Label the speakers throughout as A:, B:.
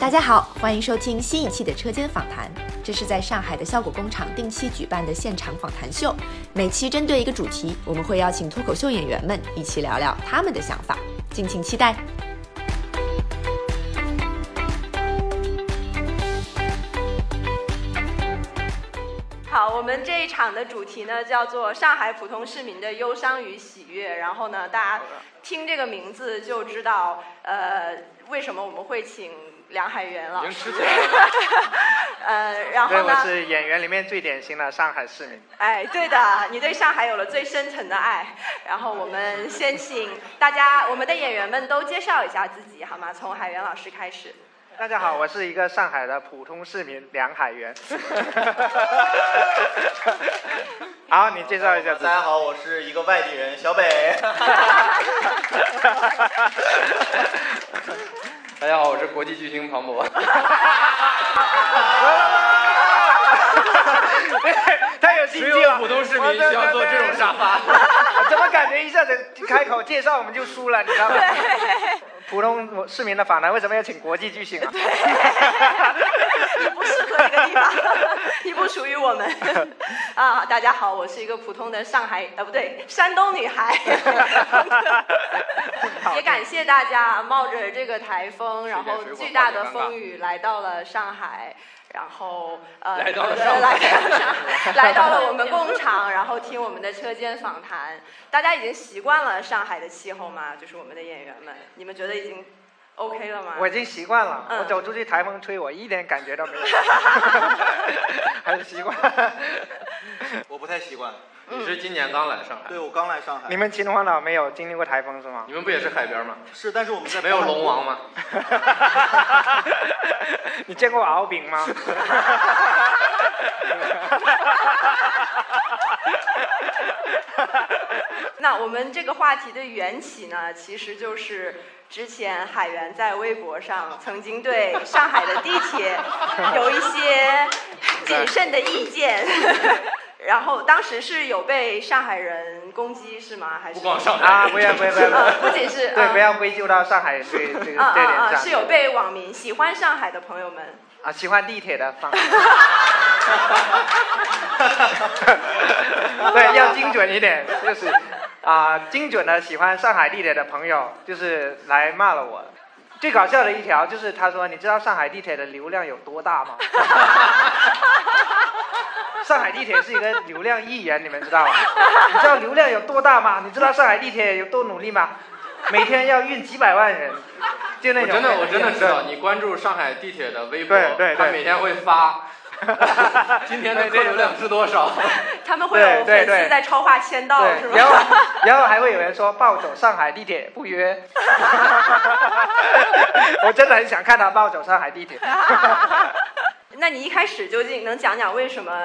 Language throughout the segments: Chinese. A: 大家好，欢迎收听新一期的车间访谈，这是在上海的效果工厂定期举办的现场访谈秀。每期针对一个主题，我们会邀请脱口秀演员们一起聊聊他们的想法，敬请期待。
B: 好，我们这一场的主题呢叫做“上海普通市民的忧伤与喜悦”。然后呢，大家听这个名字就知道，呃，为什么我们会请梁海源
C: 已
B: 老
C: 经
B: 师。
C: 吃起来了。
B: 呃，然
C: 对，
B: 后
C: 我
B: 呢？
C: 是演员里面最典型的上海市民。
B: 哎，对的，你对上海有了最深沉的爱。然后我们先请大家，我们的演员们都介绍一下自己好吗？从海源老师开始。
C: 大家好，我是一个上海的普通市民梁海源。好，你介绍一下自
D: 大家好，我是一个外地人 小北。
E: 大家好，我是国际巨星庞博。
C: 己。太有心机了，
E: 沙 发。
C: 发。怎么感觉一下子开口介绍我们就输了，你知道吗？普通市民的访谈为什么要请国际巨星啊？
B: 你不适合这个地方， 你不属于我们。 啊，大家好，我是一个普通的上海，呃，不对，山东女孩。也感谢大家冒着这个台风，然后巨大的风雨来到了上海。然后呃，
E: 来到了
B: 对
E: 上海
B: 来到了上海来到了我们工厂，然后听我们的车间访谈。大家已经习惯了上海的气候吗？就是我们的演员们，你们觉得已经 OK 了吗？
C: 我已经习惯了，
B: 嗯
C: 我走出去台风吹我一点感觉都没有，很习惯。
D: 我不太习惯，
E: 你是今年刚来上海
D: 对，我刚来上海
C: 你，们秦皇岛没有经历过台风是吗
E: 你？们不也是海边吗？
D: 是，但是我们在
E: 没有
D: 滨海
E: 龙王 吗？
C: 你见过敖丙 吗？
B: 那我们这个话题的缘起呢，其实就是之前海源在微博上曾经对上海的地铁有一些谨慎的意见， 然后当时是有被上海人攻击是吗？还是
E: 不光上海
C: 啊，不要不要不要，
B: 呃不仅是
C: 对，
B: 呃
C: 不要归咎到上海对这个这点
B: 啊啊啊！
C: 上。
B: 是有被网民喜欢上海的朋友 们，
C: 啊，喜欢地铁的放。 对，要精准一点，就是啊、精准的喜欢上海地铁的朋友，就是来骂了我。最搞笑的一条就是他说：“你知道上海地铁的流量有多大吗？” 上海地铁是一个流量亿元，你们知道吗？你知道流量有多大吗？你知道上海地铁有多努力吗？每天要运几百万人，就那
E: 我
C: 种。
E: 真的我真的知道，你关注上海地铁的微博
C: 对对对，
E: 他每天会 发今天的客流量是多少。
B: 他们会
C: 对
B: 有
C: 对
B: 粉
C: 对
B: 丝在超话签到是
C: 对，
B: 吗？
C: 然后然后还会有人说暴走上海地铁 不约，我真的很想看他暴走上海地 铁。
B: 那你一开始究竟能讲讲为什么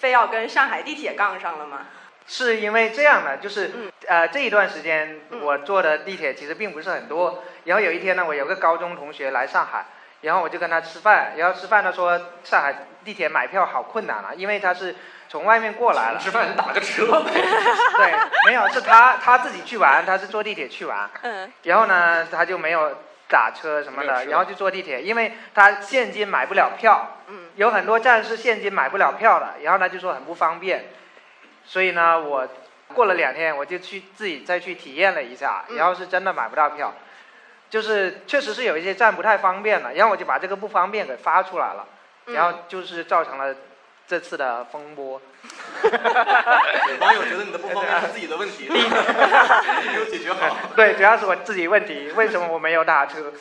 B: 非要跟上海地铁杠上了吗？
C: 是因为这样的，就是、
B: 嗯
C: 呃这一段时间
B: 嗯
C: 我坐的地铁其实并不是很多，然后有一天呢，我有个高中同学来上海，然后我就跟他吃饭，然后吃饭他说上海地铁买票好困难啊，因为他是从外面过来了，
E: 吃饭你打个车 呗。
C: 对，没有是他他自己去玩，他是坐地铁去玩，
B: 嗯
C: 然后呢，他就没有打车什么
E: 没有
C: 的，
E: 车
C: 然后就坐地铁，因为他现金买不了票，
B: 嗯。
C: 有很多站是现金买不了票的，然后他就说很不方便，所以呢，我过了两天我就去自己再去体验了一下，
B: 嗯
C: 然后是真的买不到票，就是确实是有一些站不太方便了，然后我就把这个不方便给发出来了，
B: 嗯
C: 然后就是造成了这次的风波。
D: 网友觉得你的不方便是自己的 问题，没有解决好。
C: 对，主要是我自己问题，为什么我没有打车？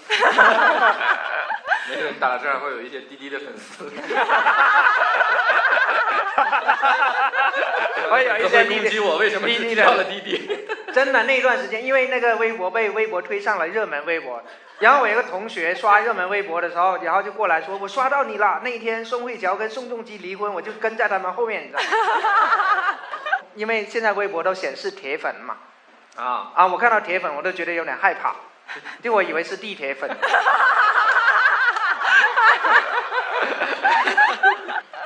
E: 没事，打了车会有一些滴滴的粉 丝。
C: 我有哎一些
E: 会
C: 地
E: 攻
C: 铁
E: 击我为什么
C: 滴
E: 是
C: 滴
E: 提
C: 的
E: 到了滴滴。
C: 真的那一段时间，因为那个微博被微博推上了热门微博，然后我有个同学刷热门微博的时候，然后就过来说我刷到你了。那一天宋慧乔跟宋仲基离婚，我就跟在他们后面，你知道吗？ 因为现在微博都显示铁粉嘛，
E: 啊，
C: 啊，我看到铁粉我都觉得有点害怕，就我以为是地 铁粉。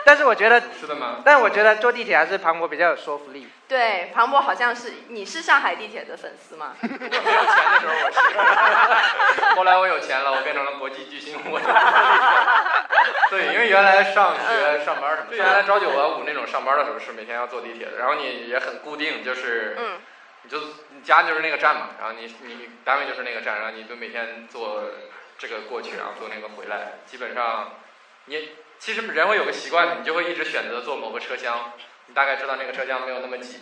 C: 但是我觉得，
E: 是的吗？
C: 但我觉得坐地铁还是庞博比较有说服力。
B: 对，庞博好像是你是上海地铁的粉丝 吗？
E: 我没有钱的时候我是，后来我有钱了，我变成了国际巨星，我就 对，因为原来上学、上班什么，原来朝九晚五那种上班的时候是每天要坐地铁的，然后你也很固定，就是
B: 嗯，
E: 你就你家就是那个站嘛，然后你你单位就是那个站，然后你就每天坐这个过去，然后坐那个回来，基本上你其实人会有个习惯的，你就会一直选择坐某个车厢，你大概知道那个车厢没有那么挤，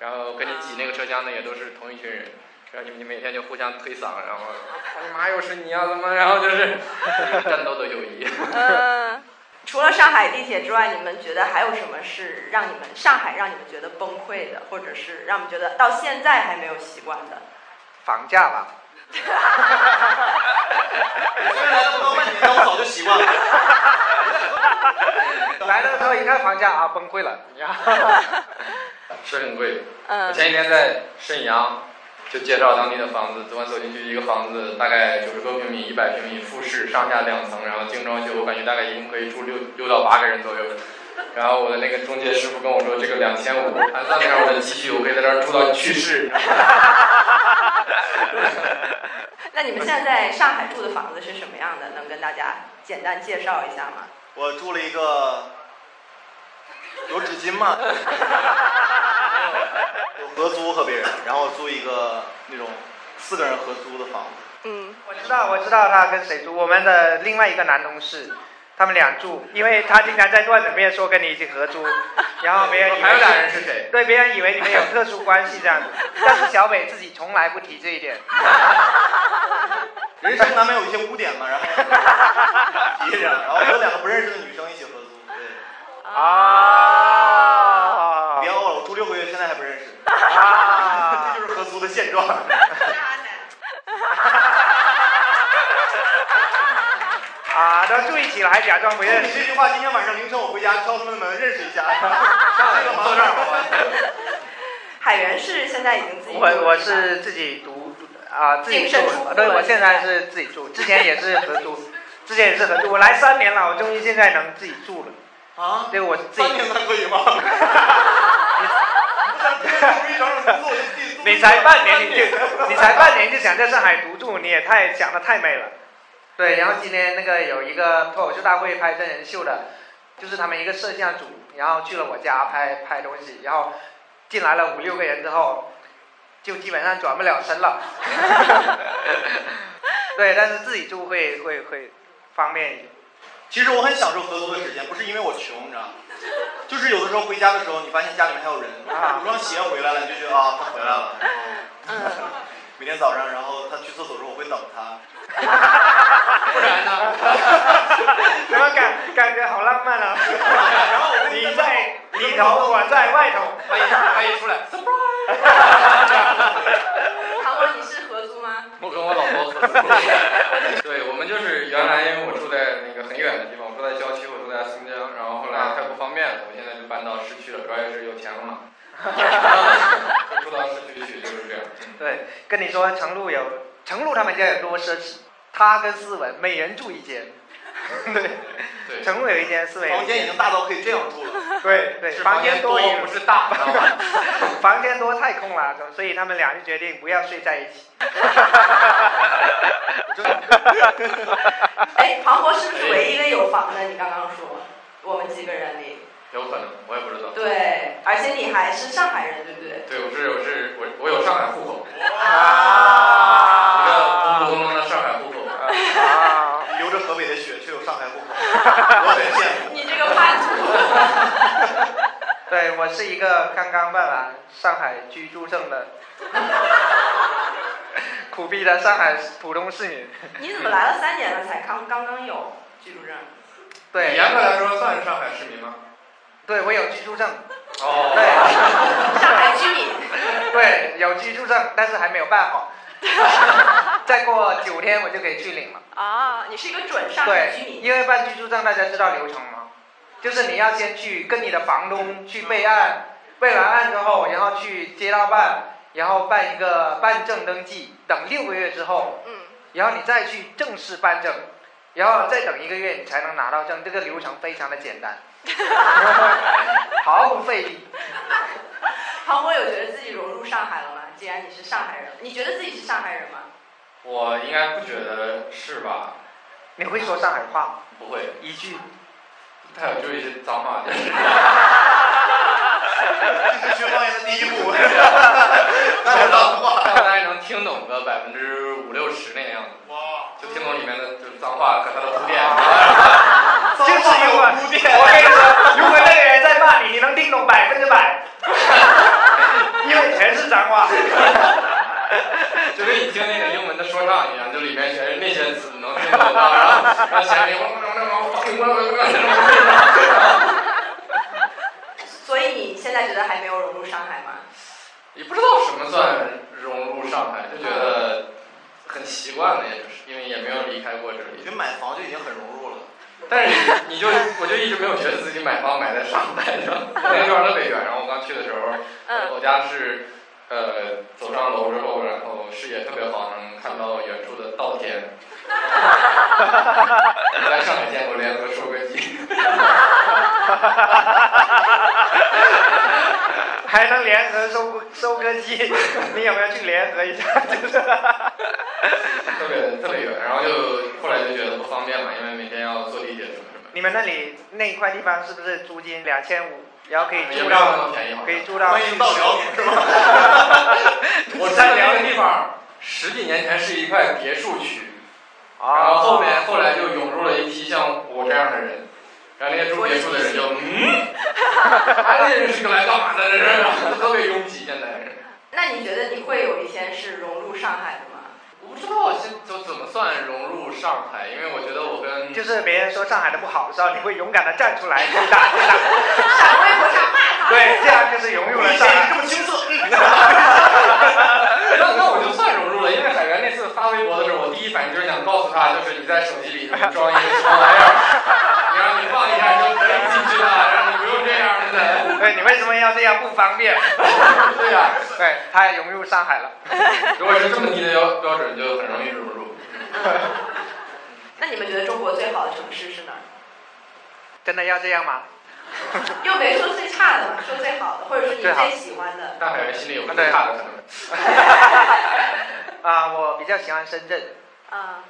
E: 然后跟你挤那个车厢的也都是同一群人。然后你们每天就互相推搡，然后操你妈又是你啊怎么？然后就是 战斗的友谊。
B: 嗯，除了上海地铁之外，你们觉得还有什么是让你们上海让你们觉得崩溃的，或者是让你们觉得到现在还没有习惯的？
C: 房价吧，
D: 虽然不多问题，但我早就习 惯了。
C: 来的时候一看房价啊，崩溃了。
E: 是很贵。我
B: 嗯
E: 前几天在沈阳就介绍当地的房子，昨晚走进去一个房子，大概九十多平米、一百平米，复式上下两层，然后精装修，我感觉大概一共可以住六六到八个人左右。然后我的那个中介师傅跟我说，这个两千五盘算了一下我的积蓄，我可以在这儿住到去世。
B: 那你们现在在上海住的房子是什么样的？能跟大家简单介绍一下吗？
D: 我住了一个有纸巾 吗？有合租和别人，然后租一个那种四个人合租的房子。
B: 嗯，
C: 我知道，我知道他跟谁住。我们的另外一个男同事，他们俩住，因为他经常在段子里面说跟你一起合租， 然后别人以为
E: 还有俩人是谁？
C: 对别人以为你们有特殊关系这 样子，但是小北自己从来不提这一点。
D: 人生难免有一些污点嘛，然后提着，然后和两个不认识的女生一起合租，对，
C: 啊
D: 别傲了，我住六个月，现在还不认识，
C: 啊！
D: 这就是合租的现状。
C: 啊，都住一起了还假装不认
D: 你
C: 识。
D: 这句话今天晚上凌晨我回家敲他们的门认识一下，
E: 上来
D: 这
E: 就
D: 个
E: 坐
D: 房
E: 这
D: 这
E: 儿
D: 儿
E: 好吧？
C: 啊
B: 海源是现在已经自己住了
C: 我我
B: 吧
C: 是自己读啊、自己
B: 净身出户
C: 住，对
B: 了
C: 我现在是自己住，之前也是合租，之前也是合租，我来三年了，我终于现在能自己住了。
D: 啊，
C: 对，我自己
D: 三年才可以吗？我想天天努力找找工作，我就自己租
C: 你才半年你 就 你才半年就想在上海独住，你也太想的太美了。对，然后今天那个有一个脱口秀大会拍真人秀的，就是他们一个摄像组，然后去了我家拍拍东西，然后进来了五六个人之后，就基本上转不了身 了。对，但是自己住会会会方便 一点。
D: 其实我很享受合租的时间，不是因为我穷，你知道 吗？就是有的时候回家的时候，你发现家里面还有人，
C: 啊
D: 有双鞋回来了，你就觉得啊，他回来了。然后 每天早上，然后他去厕所的时候，我会等他。
E: 不然呢？
C: 然后感感觉好浪漫 啊！
D: 然后我跟
C: 你在里头，我在外头。
E: 他一他一出来，
B: 唐博，你是合租吗？
E: 我跟我老 婆合租。对，我们就是原来因为我住在那个很远的地方，我住在郊区，我住在松江，然后后来太不方便了，我现在就搬到市区了，主要也是有钱了 嘛，就住到市区去，就是这样。
C: 对，跟你说，程璐有程璐他们家有多奢侈，他跟思文每人住一间。
E: 对，
C: 程璐有一间，思文有
D: 房
C: 一
D: 间已经大到可以这样住了。
C: 对对，
E: 是
C: 房
E: 间
C: 多也
E: 不是大，知道吗？
C: 房间多太空了，所以他们俩就决定不要睡在一起。
B: 哎，庞博是不是唯一一个有房的？你刚刚说我们几个人里，
E: 有可能，我也不知道。
B: 对，而且你还是上海人，对不对？
E: 对，我是我是我我有上海户口，一个
C: 啊
E: 普普通通的上海户口。
C: 啊！
D: 你流着河北的血，却有上海户口，我很羡 慕。
B: 你这个叛徒！
C: 对我是一个刚刚办完上海居住证的 苦逼的上海普通市民。
B: 你怎么来了三年了才刚刚刚有居住证？
C: 对，
E: 严格来说算是上海市民吗？
C: 对我有居住证。
E: 哦
C: 对。
B: 上海居民。
C: 对，有居住证，但是还没有办好。 再过九天我就可以去领了。
B: 啊，你是一个准上海居
C: 对，
B: 民。
C: 因为办居住证大家知道流程吗？就是你要先去跟你的房东去备案，备完案之后，然后去街道办，然后办一个办证登记，等六个月之后，
B: 嗯，
C: 然后你再去正式办证，然后再等一个月你才能拿到证，这个流程非常的简单，毫不费力。
B: 庞博有觉得自己融入上海了吗？既然你是上海人，你觉得自己是上海人吗？
E: 我应该不觉得是吧？
C: 你会说上海话吗？
E: 不会，
C: 一句，
E: 他有就一些脏话，就是
D: 这是学方言的第一 步。那是脏话。
E: 大 概能听懂个百分之五六十那样子，
D: 哇，
E: 就听懂里面的就是脏话和它的 污点。
C: 就是
D: 脏话
C: 因为
D: 有污点。
C: 我跟你说，如果那个人在骂你，你能听懂百分之百，因为全是脏话。
E: 就跟你听那个英文的说唱一样，就里面全是那些词能听得到，然后然后下面
B: 所以你现在觉得还没有融入上海吗？
E: 也不知道什么算融入上海，就觉得很习惯了，也就是因为也没有离开过这
D: 你
E: 里。
D: 买房就已经很融入了。
E: 但是你就我就一直没有觉得自己买房买在上海的，我那地方特别远。然后我刚去的时候，
B: 嗯，
E: 我家是呃走上楼之后，然后视野特别好，能看到远处的稻田。 我在上海见过联合收割机。
C: 还能联合收收割机，你有没有去联合一下？ 就是
E: 特别特别远，然后就后来就觉得不方便嘛，因为每天要坐地铁什么什么，
C: 你们那里那一块地方是不是租金两千五，然后可以
E: 也没
C: 住
E: 有那
C: 到
E: 么便宜嘛。
C: 可以住到
D: 欢迎到辽宁是吗？
E: 我在那个地方十几年前是一块别墅区，
C: 哦啊
E: 然后后面后来就涌入了一批像我这样的人，然后那些住别墅的人就嗯， 他这是个来干嘛的？这是特别拥挤，现在是。
B: 那你觉得你会有一天是融入上海的吗？
E: 我不知道现就怎么算融入上海，因为我觉得我跟
C: 就是别人说上海的不好的时候，你会勇敢的站出来去打去打，
B: 上微博上骂他。
C: 对，这样就是融入了上海。
D: 这么青涩。
E: 那那我就算融入了，因为海源那次发微博的时候，我第一反应就是想告诉他，就是你在手机里装一个什么玩意儿，你让你放一下就可以进去了，然后你不用这样的。
C: 对，你为什么要这样不方便？
E: 对呀、
C: 对，他也融入上海了。
E: 如果是这么低的标标准，就很容易融入。
B: 那你们觉得中国最好的城市是哪儿？
C: 真的要这样吗？
B: 又没说最差的嘛，说最好的，或者是你
C: 最好
B: 最喜欢 的。
E: 但海源心里有个最大的可能，
C: 啊、我比较喜欢深圳。
B: 啊、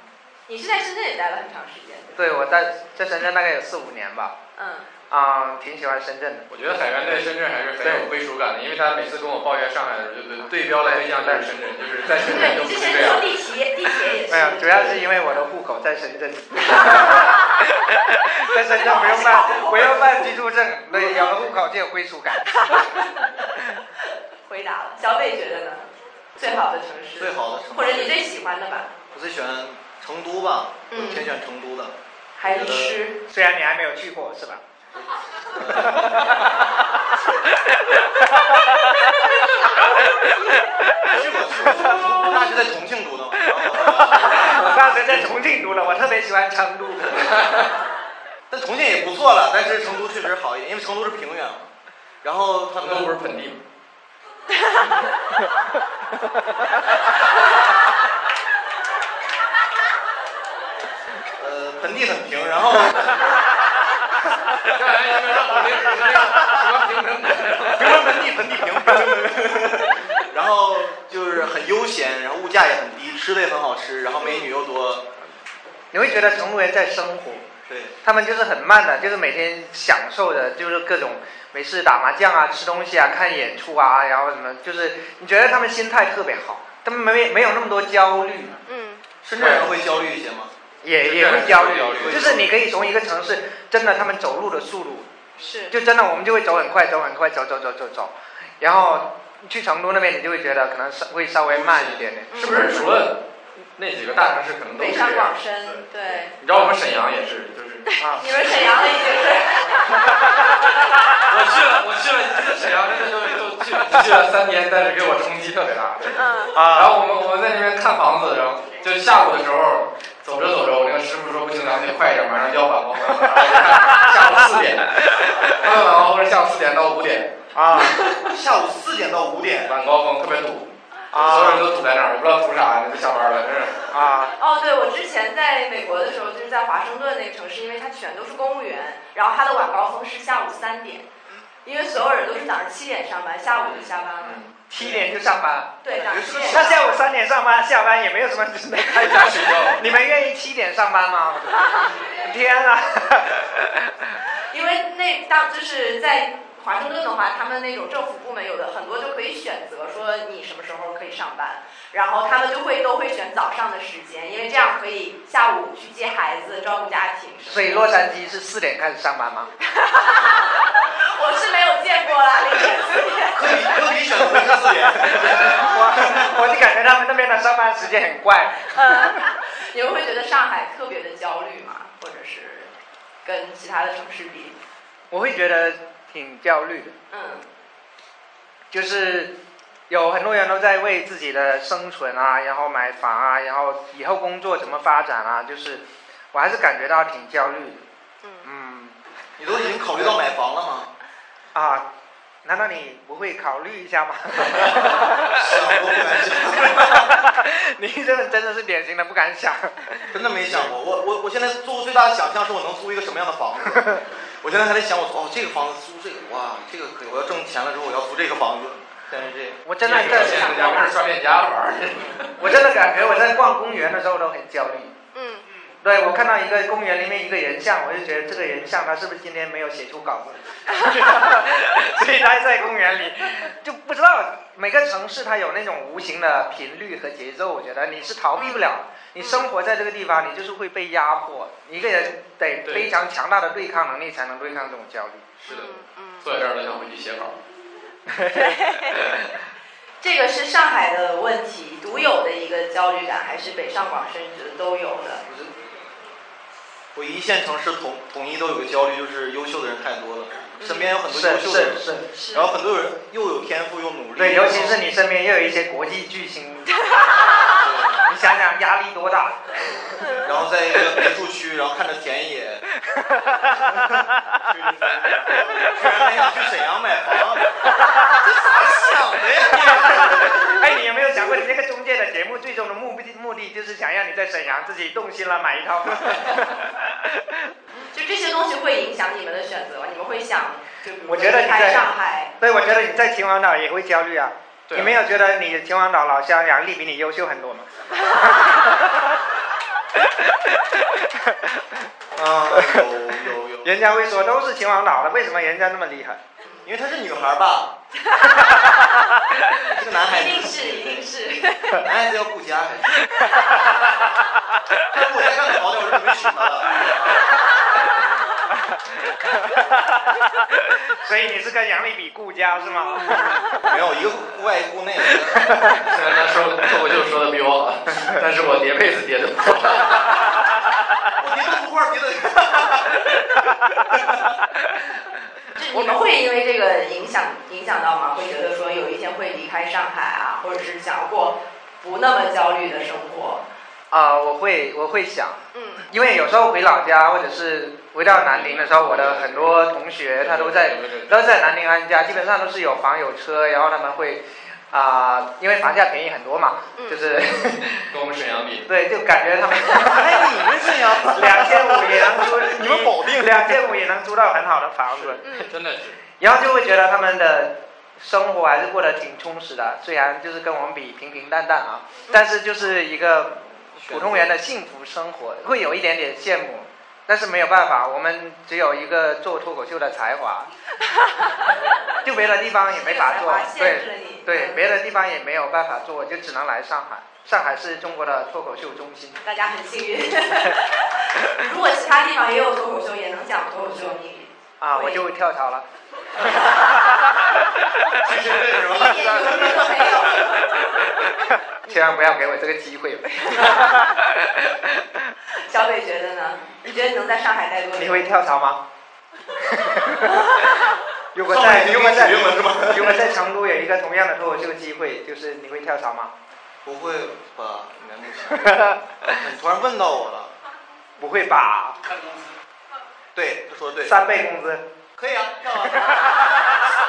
B: 你是在深圳也待了很长时间，对吧
C: 对，我在在深圳大概有四五年吧。
B: 嗯，
C: 啊、挺喜欢深圳的。
E: 我觉得海源对深圳还是很有归属感的，因为他每次跟我抱怨上海的时候，就对标的对象就是深圳，就是在深圳
B: 对
E: 就
B: 你
E: 不
B: 之
E: 是
B: 前
E: 这样
B: 说。地铁，地铁也是。
C: 没有，哎主要是因为我的户口在深圳，在深圳不用办不用办居住证，对，有了户口就有归属感。
B: 回答了，小北觉得呢？最好的城市，
D: 最好的城市
B: 或者你最喜欢的吧？
D: 我最喜欢成都吧，
B: 嗯
D: 我挺喜欢成都的。
B: 还是吃？
C: 虽然你还没有去过，是吧？
D: 去过去过，大学在重庆读的嘛。然后
C: 我 大学在重庆读的，我特别喜欢成都。
D: 但重庆也不错了，但是成都确实好一点，因为成都是平原嘛。然后他
E: 成都
D: 们
E: 不是盆地吗？
D: 呃盆地很平，然后
E: 看来你们让我那个那个什么平成。
D: 平原盆地盆地平原，然后就是很悠闲，然后物价也很低，吃的也很好吃，然后美女又多，
C: 你会觉得成都人在生活，
D: 对，
C: 他们就是很慢的，就是每天享受着，就是各种没事打麻将啊、吃东西啊、看演出啊，然后什么，就是你觉得他们心态特别好，他们没没有那么多焦虑。
B: 嗯，
D: 深圳人会焦虑一些吗？
C: 也也
E: 对
C: 会焦
E: 焦虑
C: 虑，就是你可以从一个城市，真的他们走路的速度，
B: 是。
C: 就真的我们就会走很快，走很快，走走走走走，然后去成都那边，你就会觉得可能稍会稍微慢一点点。
E: 是不是除了那几个大城市可能
B: 嗯
E: 都
B: 北
E: 是
B: 上
E: 这样？
B: 广深，对。
E: 你知道我们沈阳也是，就是
C: 啊，
B: 你们沈阳的已经是，
E: 我去了，我去了一次沈阳，真的就就去了去了三天，但是给我冲击特别大。
B: 嗯，
C: 啊
E: 然后我们我们在那边看房子，然后就下午的时候走着走着，我那个师傅说不行，咱们得快一点，马上就要返黄昏了。然后我看下午四点，他们晚高峰是下午四点到五点，
C: 啊
D: 下午四点到五点，
E: 晚高峰特别堵，
C: 啊
E: 所有人都堵在那儿，我不知道堵啥，就下班了，真是。
C: 啊，
B: 哦，对，我之前在美国的时候，就是在华盛顿那个城市，因为它全都是公务员，然后它的晚高峰是下午三点，因为所有人都是早上七点上班，下午就下班了。
E: 嗯，
C: 七点就上班。
B: 对，早上七点。
C: 那下午三点上班，下班也没有什么值得开
E: 大
C: 心。
E: 学校
C: 你们愿意七点上班吗？天啊！
B: 因为那当就是在华盛顿的话，他们那种政府部门有的很多就可以选择说你什么时候可以上班，然后他们就会都会选早上的时间，因为这样可以下午去接孩子、照顾家庭什么的。
C: 所以洛杉矶是四点开始上班 吗？
B: 我是没有见过啦，那个。
D: 科比科比选择是四点，
C: 我我就感觉他们那边的上班时间很怪。
B: 呃， 你们会觉得上海特别的焦虑吗？或者是跟其他的城市比？
C: 我会觉得挺焦虑的，
B: 嗯
C: 就是有很多人都在为自己的生存啊，然后买房啊，然后以后工作怎么发展啊，就是我还是感觉到挺焦虑的。
B: 嗯，
C: 嗯
D: 你都已经考虑到买房了吗？
C: 啊，难道你不会考虑一下吗？
D: 想都不敢想，
C: 你这个真的是典型的不敢想。
D: 真的没想过。我我我现在做过最大的想象是我能租一个什么样的房 子。我现在还在想，我说哦，这个房子租这个，哇，这个可以，我要挣钱了之后我要租这个房子。现在是这样。
C: 我真的在
E: 现在家没事刷面颊玩儿，
C: 我真的感觉我在逛公园的时候都很焦虑。
B: 嗯，
C: 对，我看到一个公园里面一个人像，我就觉得这个人像他是不是今天没有写出稿子，所以他在公园里就不知道每个城市它有那种无形的频率和节奏，我觉得你是逃避不了，你生活在这个地方，你就是会被压迫，你一个人得
E: 对
C: 非常强大的对抗能力才能对抗这种焦虑。
E: 是的，
B: 嗯
E: 坐在这儿都想回去写稿。
B: 这个是上海的问题独有的一个焦虑感，还是北上广深觉得都有的？
D: 我一线城市统统一都有个焦虑，就是优秀的人太多了，身边有很多
C: 是
D: 优秀的人
C: 嗯是，是，
B: 是
D: 然后很多人又有天赋又努力，
C: 对，尤其是你身边又有一些国际巨星，你想想压力多大。
D: 对，然后在一个别墅区，然后看着田野， 居然还想去沈阳买房，这咋想的呀？
C: 哎，你有没有想过，你那个中介的节目最终的目的目的就是想让你在沈阳自己动心了买一套房？
B: 就这些东西会影响你们的选择吗？你们会想，就比如说
C: 我觉得你
B: 离开
C: 在
B: 上海，
C: 所以我觉得你在秦皇岛也会焦虑啊。
E: 对啊
C: 你没有觉得你秦皇岛老乡杨丽比你优秀很多吗？
D: 啊，有有有，
C: 人家会说都是秦皇岛的，为什么人家那么厉害？
D: 因为她是女孩儿吧？是个男孩
B: 一
D: 子，
B: 定是一定是。
D: 男孩子要顾家。还是他如果再干得好点，我就准备娶她了。
C: 所以你是跟杨丽比顾家是吗？
D: 没有一个顾外一个顾内，
E: 虽然他 说脱口秀说的比我好，但是我叠被子叠的多。
D: 我别的不画别的。
B: 就你们会因为这个影响影响到吗？会觉得说有一天会离开上海啊，或者是想要过不那么焦虑的生活？
C: 啊、我会我会想，
B: 嗯
C: 因为有时候回老家或者是回到南宁的时候，我的很多同学哎他都在都在南宁安家，基本上都是有房有车，然后他们会啊、因为房价便宜很多嘛，
B: 嗯
C: 就是
E: 跟我们沈阳比，
C: 对，就感觉他们
D: 哎，你们沈阳，
C: 两千五也能租，
D: 你们保定
C: 两千五也能租到很好的房子，
B: 嗯
E: 真的是
C: 然后就会觉得他们的生活还是过得挺充实的，虽然就是跟我们比平平淡淡啊，
B: 嗯
C: 但是就是一个普通人的幸福生活，会有一点点羡慕。但是没有办法，我们只有一个做脱口秀的才 华，就别的地方也没法
B: 这个
C: 做
B: 才华，限
C: 对
B: 制了你
C: 对，别的地方也没有办法做，就只能来上海。上海是中国的脱口秀中心。
B: 大家很幸运。 如果其他地方也有脱口秀，也能讲脱口秀，你
C: 啊，
B: 会
C: 我就跳槽了。
D: 去深圳是
B: 一点犹豫都没有。
C: 千万不要给我这个机 会，
B: 小北觉得呢？你觉得你能在上海待多久？
C: 你会跳槽 吗？如果
D: 上海已
C: 在如
D: 经
C: 果在
D: 被取用了是吗
C: 如果在成都有一个同样的脱口秀机会，就是你会跳槽 吗？
D: 不会吧？应该不行。你突然问到我了。
C: 不会吧？
D: 对，他说的对。
C: 三倍工资，
D: 可以啊，跳啊！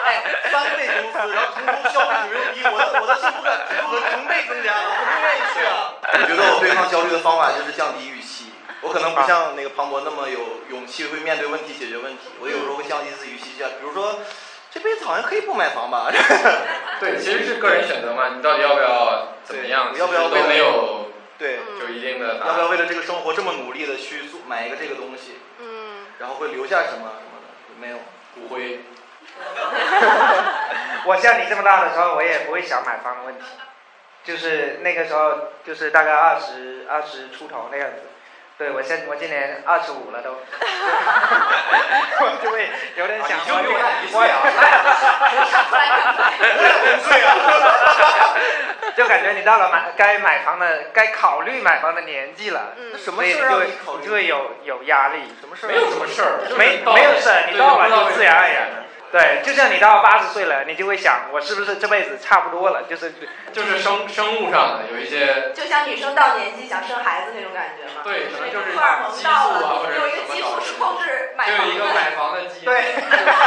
D: 哎，三倍工资，然后同州消费水平低， 我的我的幸福感指数能成倍增加，我不愿意去啊。我觉得我对抗焦虑的方法就是降低预期。我可能不像那个庞博那么有勇气会面对问题、解决问题。我有时候会降低自己预期，像比如说，这辈子好像可以不买房吧？
E: 对，其实是个人选择嘛，你到底要不要怎么样，
D: 对要不要
E: 其实都没有
D: 对，
E: 就一定
C: 嗯
E: 的答
D: 要不要
E: 案。
D: 为了这个生活这么努力的去做买一个这个东西，
B: 嗯，
D: 然后会留下什么什么的？ 没有。
E: 骨灰，
C: 我像你这么大的时候，我也不会想买房的问题，就是那个时候，就是大概二十二十出头那样子。对我现我今年二十五了 都，我就会有点想，
D: 啊你就
C: 我
D: 比我大一岁啊
B: 来
D: 我俩真醉啊！
C: 就感觉你到了买该买房的该考虑买房的年纪了，
B: 嗯
D: 什么
C: 所以
D: 事
C: 你
D: 儿
C: 就
D: 让
C: 会
D: 你考虑？
C: 就会有有压力。
D: 什么事儿？
E: 没有什么事儿，就是
C: 没
E: 到
C: 没有事儿，你
E: 对
C: 到
E: 不知道
C: 了
E: 为什
C: 就自
E: 么
C: 然而然了。对，就像你到八十岁了，你就会想，我是不是这辈子差不多了？就是
E: 就是生生物上的有一些，
B: 就像女生到年纪想生孩子那种感觉嘛。
E: 对，可能就是
B: 荷尔蒙
E: 激素
B: 到
E: 啊，或
B: 了，
E: 者
B: 有一
E: 什
B: 个
E: 么
B: 激
E: 导
B: 素
E: 致
B: 是控制买
E: 就
B: 房
E: 有一个
B: 的。
E: 买房的基因。
C: 对，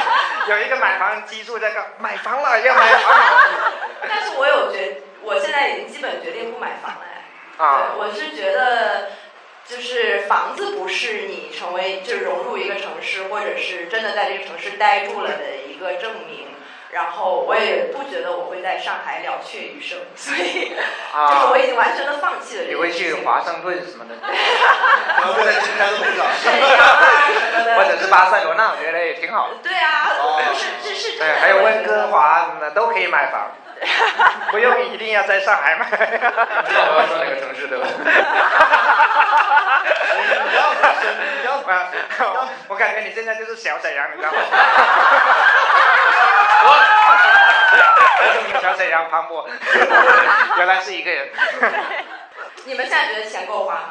C: 有一个买房基数在搞，买房了要买房了
B: 但是我有决，我现在已经基本决定不买房了。哎
C: 啊
B: 对，我是觉得，就是房子不是你成为就是融入一个城市，或者是真的在这个城市待住了的一个证明。然后我也不觉得我会在上海了却余生，所以就是
C: 啊
B: 我！已经完全的放弃了
C: 你
B: 这
C: 会
B: 个事
C: 去
B: 情。
C: 华盛顿什么 的，
D: 我要为了金山的梦想。
B: 沈 阳啊什么的
C: 或者是巴塞罗那，我觉得也挺好的。
B: 对啊，
D: 哦
B: 是这是真
C: 对，
B: 的。
C: 哎还有温哥华什么的都可以买 房，不用一定要在上海买。
E: 知道我要说哪个城市对吧？
D: 你要深，你要
C: 啊 我感觉你现在就是小沈阳，你 知道吗？ 我小沈阳庞博， 原来是一个人。
B: 你们现在觉得钱够花吗？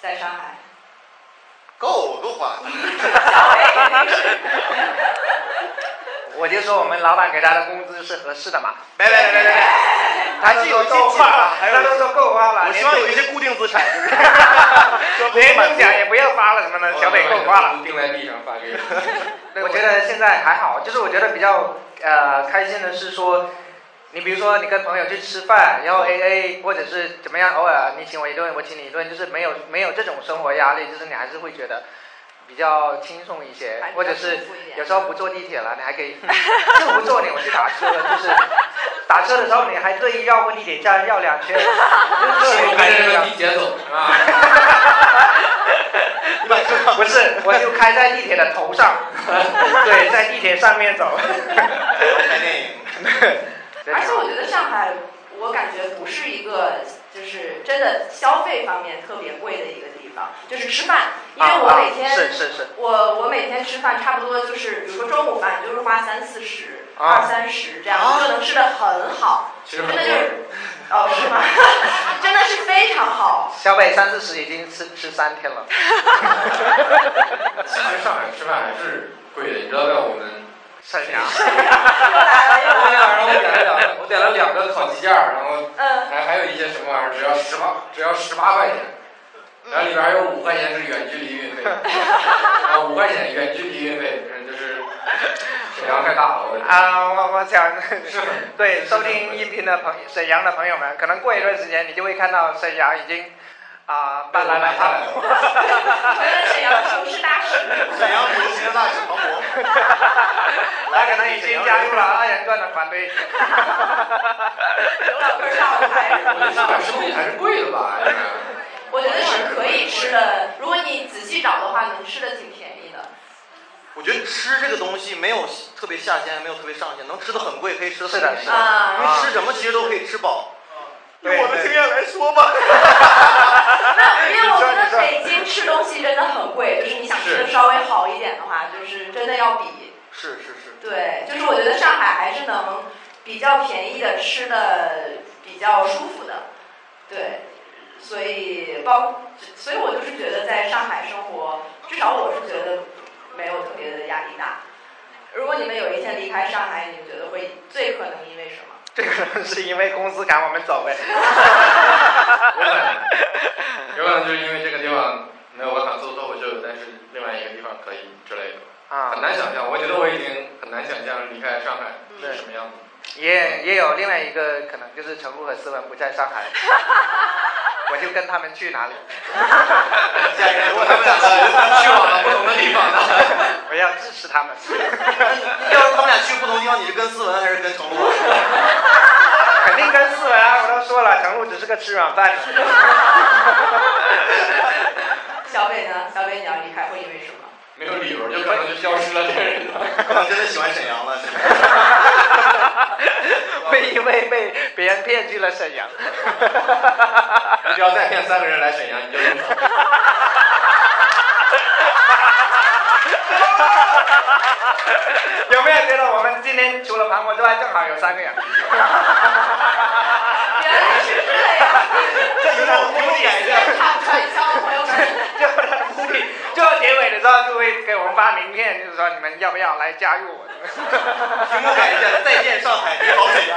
B: 在上海？
D: 够够花。
C: 我就说我们老板给他的工资是合适的嘛，
D: 没没没没没，还是有一些
C: 够
D: 计
C: 花
D: 划
C: 了，，
D: 还
C: 他
D: 有
C: 都说够花了，
D: 我希望有一些固定资产。
C: 连
D: 哎
C: 中奖也不要发了什么的，
D: 哦
C: 小北够花了。
E: 钉在地上发给你。
C: 对，我觉得现在还好，就是我觉得比较呃开心的是说，你比如说你跟朋友去吃饭，然后 A A 或者是怎么样，偶尔你请我一顿，我请你一顿，就是没有没有这种生活压力，就是你还是会觉得比较轻松一些
B: 还比，较
C: 或者是
B: 舒服一点
C: 有时候不坐地铁了，你还可以 就不坐你，我去打车，就是打车的时候你还特意绕过地铁站绕两圈，就是特别开
E: 开
C: 心
E: 着
C: 啊
E: 个地铁走啊，
D: 你把车上
C: 不是，我就开在地铁的头上，对，在地铁上面 走。
D: 拍电 影。
C: 真的
B: 而且我觉得上海，我感觉不是一个就是真的消费方面特别贵的一个地方，就是吃饭，因为我每天、
C: 啊啊、是是是，
B: 我我每天吃饭差不多就是，比如说中午饭就是花三四十、
C: 啊
B: 二三十这样，就能吃的很 好，
E: 其实
B: 真
E: 很
B: 的
E: 多
B: 就
E: 人
B: 是。哦，是吗？ 真的是非常 好，
C: 小北三四十已经吃吃三 天了，
E: 其实上海吃饭还是贵的，你知道在我们
C: 沈阳
B: 又来了又
E: 我
B: 来
E: 点
B: 了，
E: 了，哎我点了两个，我点了两个烤鸡架儿，然后
B: 嗯，
E: 还还有一些什么玩意儿，只要十八，只要十八块钱，然后里边儿有五块钱是远距离 运费，然后五块钱远距离运费，反正就是沈阳太大了，我
C: 啊，我我想
E: 是很
C: 对收听音频的朋友，沈阳的朋友们，可能过一段时间你就会看到沈阳已经啊搬来了
E: 买下来
C: 他，
E: 了，
B: 回了沈阳城市大使，
D: 沈阳旅游行政大使庞博，
C: 他可能已经加入了二人转的团队，
B: 刘老根儿上了台。
E: 我觉得上海吃东西还是贵的吧，哎应该
B: 我觉得是可以吃的，如果你仔细找的话，能吃的挺便宜的。
D: 我觉得吃这个东西没有特别下限，没有特别上限，能吃的很贵，可以吃的很
C: 是的
D: 便宜
C: 是的
B: 啊
D: 因为吃什么其实都可以吃饱。
C: 对
D: 用我的经验来说 吧，
B: 没有，因为我觉
C: 你说你
B: 得
C: 说
B: 北京吃东西真的很贵，就是你想吃的
E: 是
B: 稍微好一点的话，就是真的要比
D: 是是是，
B: 对，就是我觉得上海还是能比较便宜的吃的比较舒服的，对，所以包，所以我就是觉得在上海生活，至少我是觉得没有特别的压力大。如果你们有一天离开上海，你们觉得会最可能因为什么？
C: 这可能是因为公司赶我们走呗，
E: 有可能，有可能就是因为这个地方没有办法做脱口秀，但是另外一个地方可以之类的，
C: 啊
E: 很，难想象，我觉得我已经很很难想象离开上海
C: 对
E: 是什么样子。
C: 也也有另外一个可能就是陈富和思文不在上海，我就跟他们去哪里，
D: 下一个，如果他们俩去，
E: 去往了不同的地方呢？
C: 我要支持 他们。
D: 要是他们俩去不同地方，你是跟思文还是跟程璐？
C: 肯定跟四文啊，我都说了，程璐只是个吃软饭的。
B: 小北呢？小北你要离开会因为什么？
E: 没有理由，就可能就消失了这个人。
D: 可能真的喜欢沈阳了。
C: 会因为被别人骗去了沈阳。
E: 你只要再骗三个人来沈阳，你就能走。
C: 有没有觉得我们今天除了庞博之外，正好有三个人？
B: 原来是这样，
D: 这有点污点，这
B: 这场传销朋友们。
C: 就是就结尾的时候就会给我们发名片，就是说你们要不要来加入我？
D: 屏幕改一下，再见上海，你好沈阳。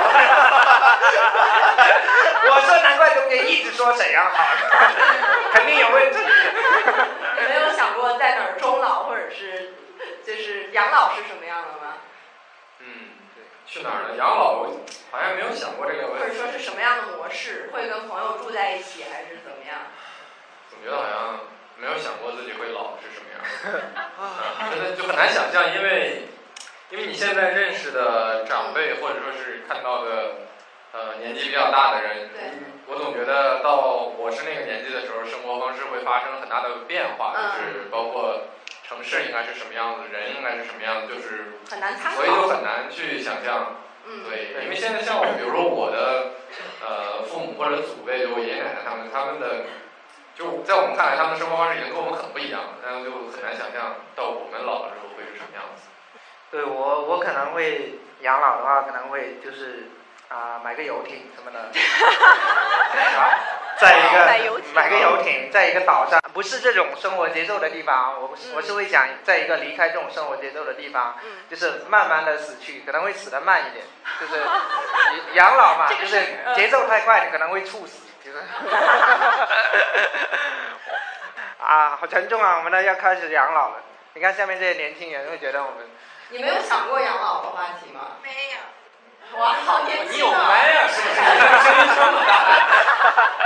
C: 我说难怪中间一直说沈阳好，肯定有问题。
B: 你没有想过在哪儿终老，或者是就是养老是什么样的吗？
E: 嗯，对，去哪儿呢？养老，我好像没有想过这个
B: 或
E: 问
B: 者
E: 题。
B: 说是什么样的模式？会跟朋友住在一起，还是怎么样？
E: 总觉得好像没有想过自己会老是什么样，啊真的就很难想象，因为因为你现在认识的长辈或者说是看到的呃年纪比较大的人
B: 对，
E: 我总觉得到我是那个年纪的时候，生活方式会发生很大的变化，
B: 嗯
E: 就是包括城市应该是什么样子，人应该是什么样子，就是
B: 很难参
E: 所以就
B: 考。
E: 很难去想象。
B: 嗯，
E: 对，因为现在像我，比如说我的呃父母或者祖辈，就我爷爷奶奶他们，他们的就在我们看来，他们的生活方式已经跟我们很不一样了，然后就很难想象到我们老了之后会是什么样子。
C: 对我，我可能会养老的话，可能会就是啊、买个游艇 什么的，啊在一
B: 买
C: 个
B: 游艇
C: 买个游艇，在一个岛上，不是这种生活节奏的地方，我我是会想在一个离开这种生活节奏的地方，
B: 嗯，
C: 就是慢慢的死去，可能会死得慢一点，就是 养老嘛，
B: 这
C: 就
B: 个
C: 是
B: 是嗯
C: 节奏太快，你可能会猝死， 就是。 啊，好沉重啊！我们呢要开始养老了。你看下面这些年轻人会觉得我们
B: 你没有想过养老的话题吗？
F: 没有，
B: 哇，好年
E: 你
B: 轻
E: 有
B: 啊！
E: 哎麦呀、是不是？声音这么大，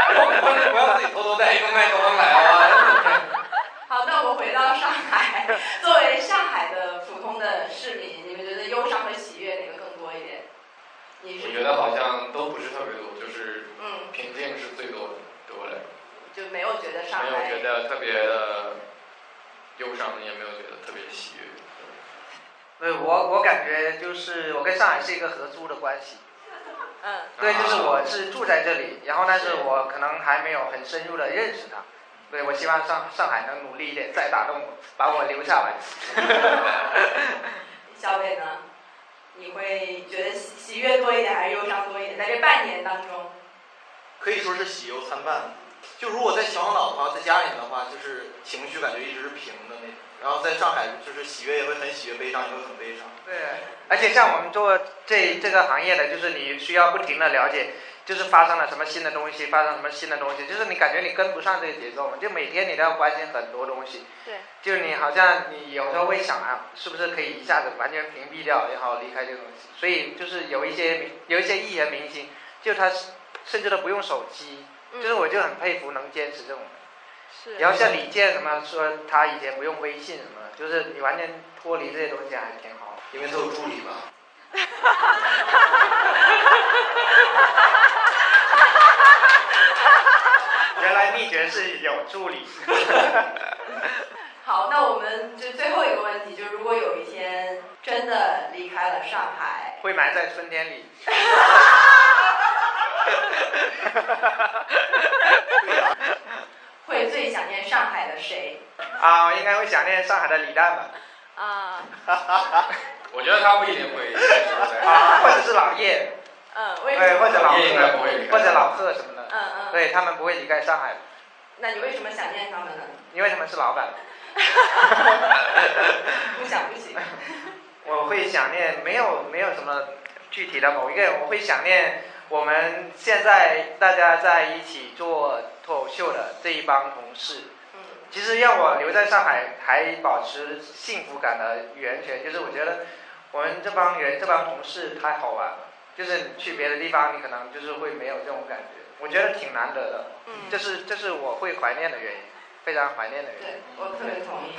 E: 我们不能不要自己偷偷带一个麦克风来啊！
B: 好，那我们回到上海，作为上海的普通的市民，你们觉得忧伤和喜悦哪个更多一点？你
E: 我
B: 是
E: 觉得好像都不是特别多，就是
B: 嗯，
E: 平静是最多的，对我来说。
B: 就没有觉得上
E: 没有觉
B: 海
E: 得特别的忧伤，也没有觉得特别喜悦。
C: 对我，我感觉就是我跟上海是一个合租的关系。
B: 嗯
C: 对，就是我是住在这里，然后但是我可能还没有很深入的认识他。对，我希望上上海能努力一点，再打动我，把我留下来。
B: 小北呢？你会觉得喜喜悦多一点，还是忧伤多一点？在这半年当中，
D: 可以说是喜忧参半。就如果在小养老的话，在家里面的话，就是情绪感觉一直是平的那种。然后在上海，就是喜悦也会很喜悦，悲伤也会很悲伤。
C: 对，而且像我们做这这个行业的，就是你需要不停的了解，就是发生了什么新的东西，发生什么新的东西，就是你感觉你跟不上这个节奏嘛，就每天你都要关心很多东西。
F: 对。
C: 就是你好像你有时候会想啊，是不是可以一下子完全屏蔽掉，然后离开这个东西？所以就是有一些明有一些艺人明星，就他甚至都不用手机，就是我就很佩服能坚持这种。
F: 是
C: 然后像李健什么说他以前不用微信什么的，就是你完全脱离这些东西还是挺好的。
D: 因为都有助理 嘛。
C: 原来秘诀是有助理。
B: 好，那我们就最后一个问题，就是如果有一天真的离开了上海，
C: 会埋在春天里。
B: 会最想念上海的谁？
C: 啊，我应该会想念上海的李诞吧，
F: 啊，
E: 我觉得他不一定会
C: 啊，或者是老叶，
B: 嗯，为什
C: 对，或
B: 么？
C: 者老
E: 也应该不会
C: 贺，
E: 离开
C: 或者老贺什么的，
B: 嗯嗯，
C: 对他们不会离开上海的，
B: 那你为什么想念他们呢？
C: 因为他们是老板。
B: 不想不行。
C: 我会想念，没有没有什么具体的某一个人，我会想念我们现在大家在一起做脱口秀的这一帮同事。
B: 嗯
C: 其实让我留在上海还保持幸福感的源泉，就是我觉得我们这帮人这帮同事太好玩了，就是你去别的地方，你可能就是会没有这种感觉，我觉得挺难得的，
B: 嗯
C: 这是这是我会怀念的原因，非常怀念的原因。
F: 对，我特别同意，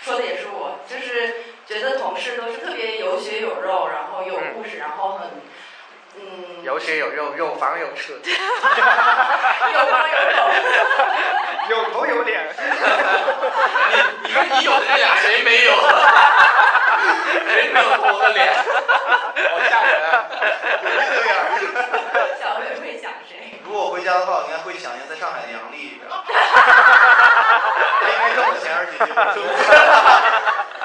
F: 说的也是我，就是觉得同事都是特别有血有肉，然后有故事，然后很，嗯，
C: 有血有肉，有房有 车，
F: 有光有口，
C: 有头有脸。
E: 你说你有的这俩谁没有？谁没有头和脸？好吓人啊！
D: 这样。
F: 小鬼会想谁？
D: 如果我回家的话，我应该会想一下在上海的杨丽，然后她应该跟我前二姐结婚，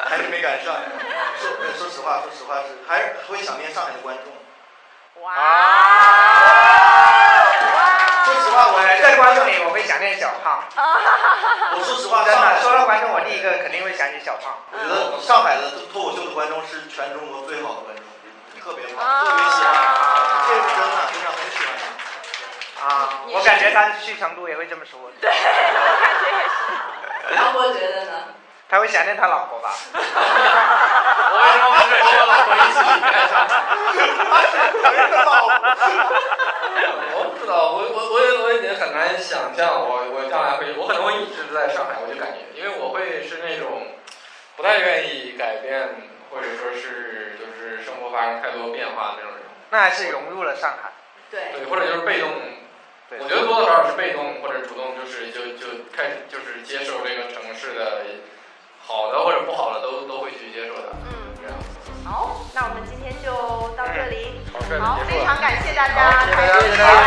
D: 还是没赶上。说说实话，说实话是还是会想念上海的观众。
B: 哇！
D: 说实话，我还
C: 在观众里，我会想念小胖。
D: 我说
F: 啊
D: 实话，
C: 真
D: 上海
C: 的，说到观众，我第一个肯定会想起小胖。
F: 嗯
D: 我觉得上海的脱口秀的观众是全中国最好的观众，特别好，特别喜欢，这是真的，真的很喜欢他。
C: 啊，
F: 你
C: 我感觉他去成都也会这么说，
B: 我感觉也是。
F: 杨博觉得呢？
C: 他会想念他老婆吧？
E: 我为什么不是跟我老婆一起离开上海？ 我不知道，我我我也我也很难想象我我将来会，我可能会一直在上海，我就感觉，因为我会是那种不太愿意改变，或者说是就是生活发生太多变化的那种人，
C: 那还是融入了上海。
F: 对，
E: 对，或者就是被动。
C: 对
E: 我觉得多多少少是被动或者主动，就是就就开始就是接受这个城市的好的或者不好的都都会去接受的，
B: 嗯，
E: 这样。
B: 好，那我们今天就到这里。
E: 好，帅的
B: 好，
E: 结束
B: 非
E: 了
B: 常感谢大家
C: 好谢谢大家
B: 来
C: 谢谢
B: 这
C: 大家
B: 里